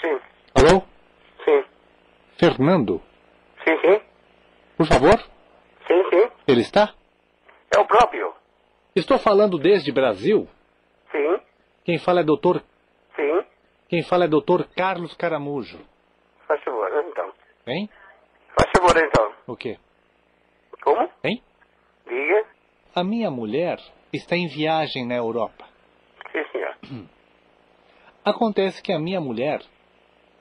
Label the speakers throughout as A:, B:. A: Sim,
B: Alô?
A: sim,
B: Fernando,
A: sim, sim,
B: por favor?
A: sim, sim.
B: Ele está?
A: É o próprio.
B: Estou falando desde Brasil.
A: Sim,
B: Quem fala é doutor...
A: sim.
B: Quem fala é doutor Carlos Caramujo.
A: Faz favor, então.
B: Hein?
A: Faz favor, então.
B: O quê?
A: Como?
B: Hein?
A: Diga.
B: A minha mulher está em viagem na Europa.
A: Sim, senhor.
B: Acontece que a minha mulher,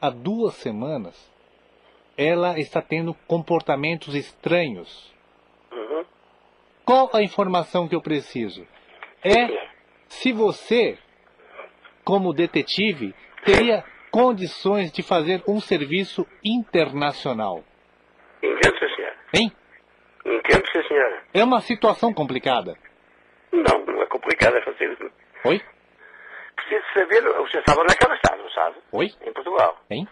B: há duas semanas, ela está tendo comportamentos estranhos.
A: Uhum.
B: Qual a informação que eu preciso? É se você, como detetive, teria condições de fazer um serviço internacional.
A: Entendo, sim, senhor.
B: Hein?
A: Entendo, sim, senhora.
B: É uma situação complicada.
A: Não, não é complicado é fazer isso.
B: Oi?
A: Preciso saber, você sabe onde é que ela está, não sabe?
B: Oi?
A: Em Portugal.
B: Hein?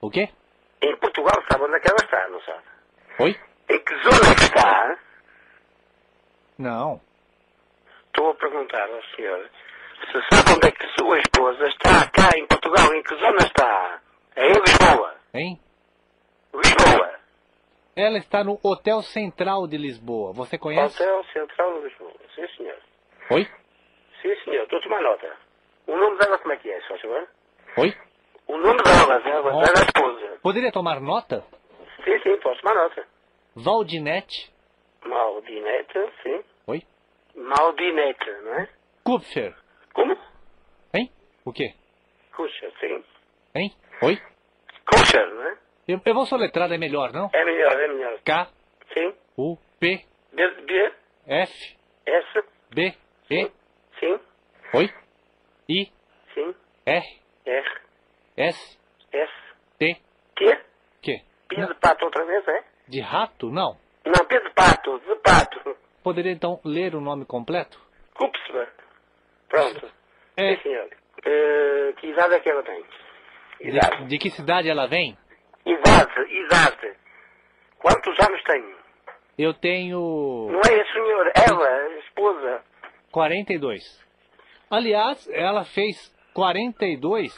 B: O quê?
A: Em Portugal sabe onde é que ela está, não sabe?
B: Oi?
A: Em que zona é que está?
B: Não.
A: Estou a perguntar ao senhor se sabe onde é que sua esposa está cá em Portugal, em que zona está? É em Lisboa.
B: Hein?
A: Lisboa.
B: Ela está no Hotel Central de Lisboa. Você conhece?
A: Hotel Central de Lisboa. Sim, senhor.
B: Oi?
A: Sim, senhor. Estou a tomar nota. O nome dela como é que é, só favor?
B: Oi?
A: O nome dela, dela,
B: Oh.
A: da esposa.
B: Poderia tomar nota?
A: Sim, sim, posso tomar nota.
B: Valdinete.
A: Maldineta, sim.
B: Oi?
A: Maldineta, não é?
B: Kupfer.
A: Como?
B: Hein? O quê?
A: Cuxa, sim.
B: Hein? Oi?
A: Cuxa, não é?
B: Eu, eu vou soletrar, é melhor, não?
A: É melhor, é melhor.
B: K,
A: Sim.
B: U, P,
A: B, B,
B: F,
A: S,
B: B, E,
A: sim,
B: Oi? I,
A: sim,
B: R,
A: R,
B: S,
A: S,
B: T,
A: T.
B: Q.
A: P de pato outra vez, é?
B: De rato? Não.
A: Não, P de pato, de pato.
B: Poderia então ler o nome completo?
A: Cupsba. Pronto.
B: É.
A: Sim, senhor. Eh, que idade é que ela tem?
B: De, de que cidade ela vem?
A: Idade, idade. Quantos anos tem?
B: Eu tenho
A: Não é esse senhor, ela, a esposa.
B: 42. Aliás, ela fez 42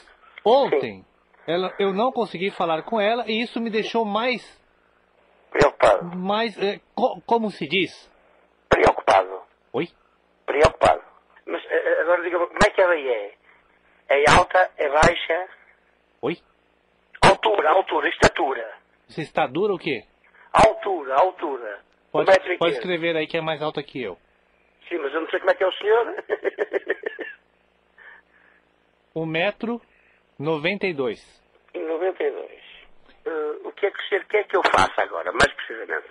B: ontem. Ela, eu não consegui falar com ela e isso me deixou mais,
A: Preocupado.
B: mais, eh, co- como se diz?
A: Preocupado.
B: Oi?
A: Preocupado. Mas eh, agora diga-me, como é que ela é? É alta, é baixa?
B: Oi?
A: Altura, altura, estatura.
B: Você está dura ou o quê?
A: Altura, altura.
B: Pode,
A: Um metro e
B: pode
A: quinze.
B: escrever aí que é mais alta que eu.
A: Sim, mas eu não sei como é que é o senhor.
B: 1,92m.
A: em 92. Eh, o que é que o senhor quer que eu faça agora, mais precisamente?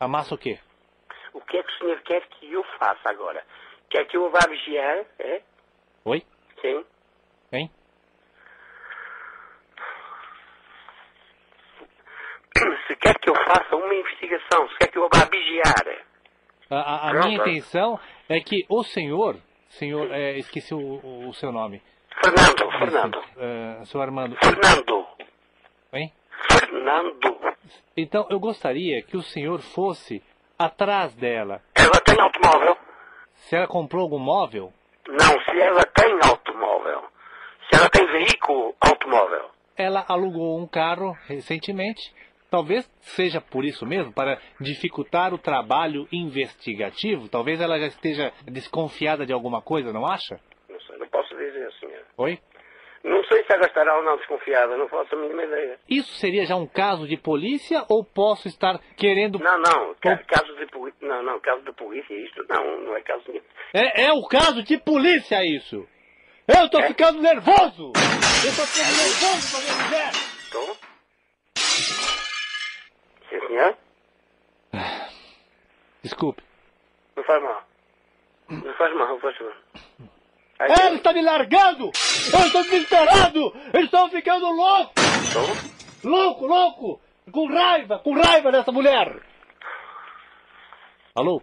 B: Amassa o quê?
A: O que é que o senhor quer que eu faça agora? Quer que eu vá vigiar? É?
B: Oi?
A: Sim.
B: Hein?
A: Se quer que eu faça uma investigação, se quer que eu vá vigiar?
B: A, a- a
A: Não,
B: minha
A: não.
B: intenção é que o senhor, senhor, eh, esqueci o, o- o seu nome.
A: Fernando, Fernando.
B: Eh, seu Armando,
A: Fernando.
B: hein?
A: Fernando.
B: Então eu gostaria que o senhor fosse atrás dela.
A: Ela tem automóvel?
B: Se ela comprou algum móvel,
A: Não, se ela tem automóvel. Se ela tem veículo automóvel.
B: ela alugou um carro recentemente Talvez seja por isso mesmo, para dificultar o trabalho investigativo. Talvez ela já esteja desconfiada de alguma coisa, não acha?
A: Não sei, não posso dizer, senhor.
B: Oi?
A: Não sei se ela estará ou não desconfiada, não faço a mínima ideia.
B: Isso seria já um caso de polícia ou posso estar querendo.
A: Não, não, ca- caso de polícia, não, não, caso de polícia, isto não, não é caso nenhum.
B: É, é um caso de polícia isso! Eu
A: É.
B: tô ficando nervoso! Eu tô ficando nervoso com a minha mulher!
A: Estou? Sim, senhor?
B: Desculpe.
A: Não faz mal. Não faz mal, faz mal. Aí,
B: Ela está tá me largando! Eu estou desesperado! Eu estou ficando louco!
A: estou?
B: Louco, louco! Com raiva, com raiva dessa mulher! Alô?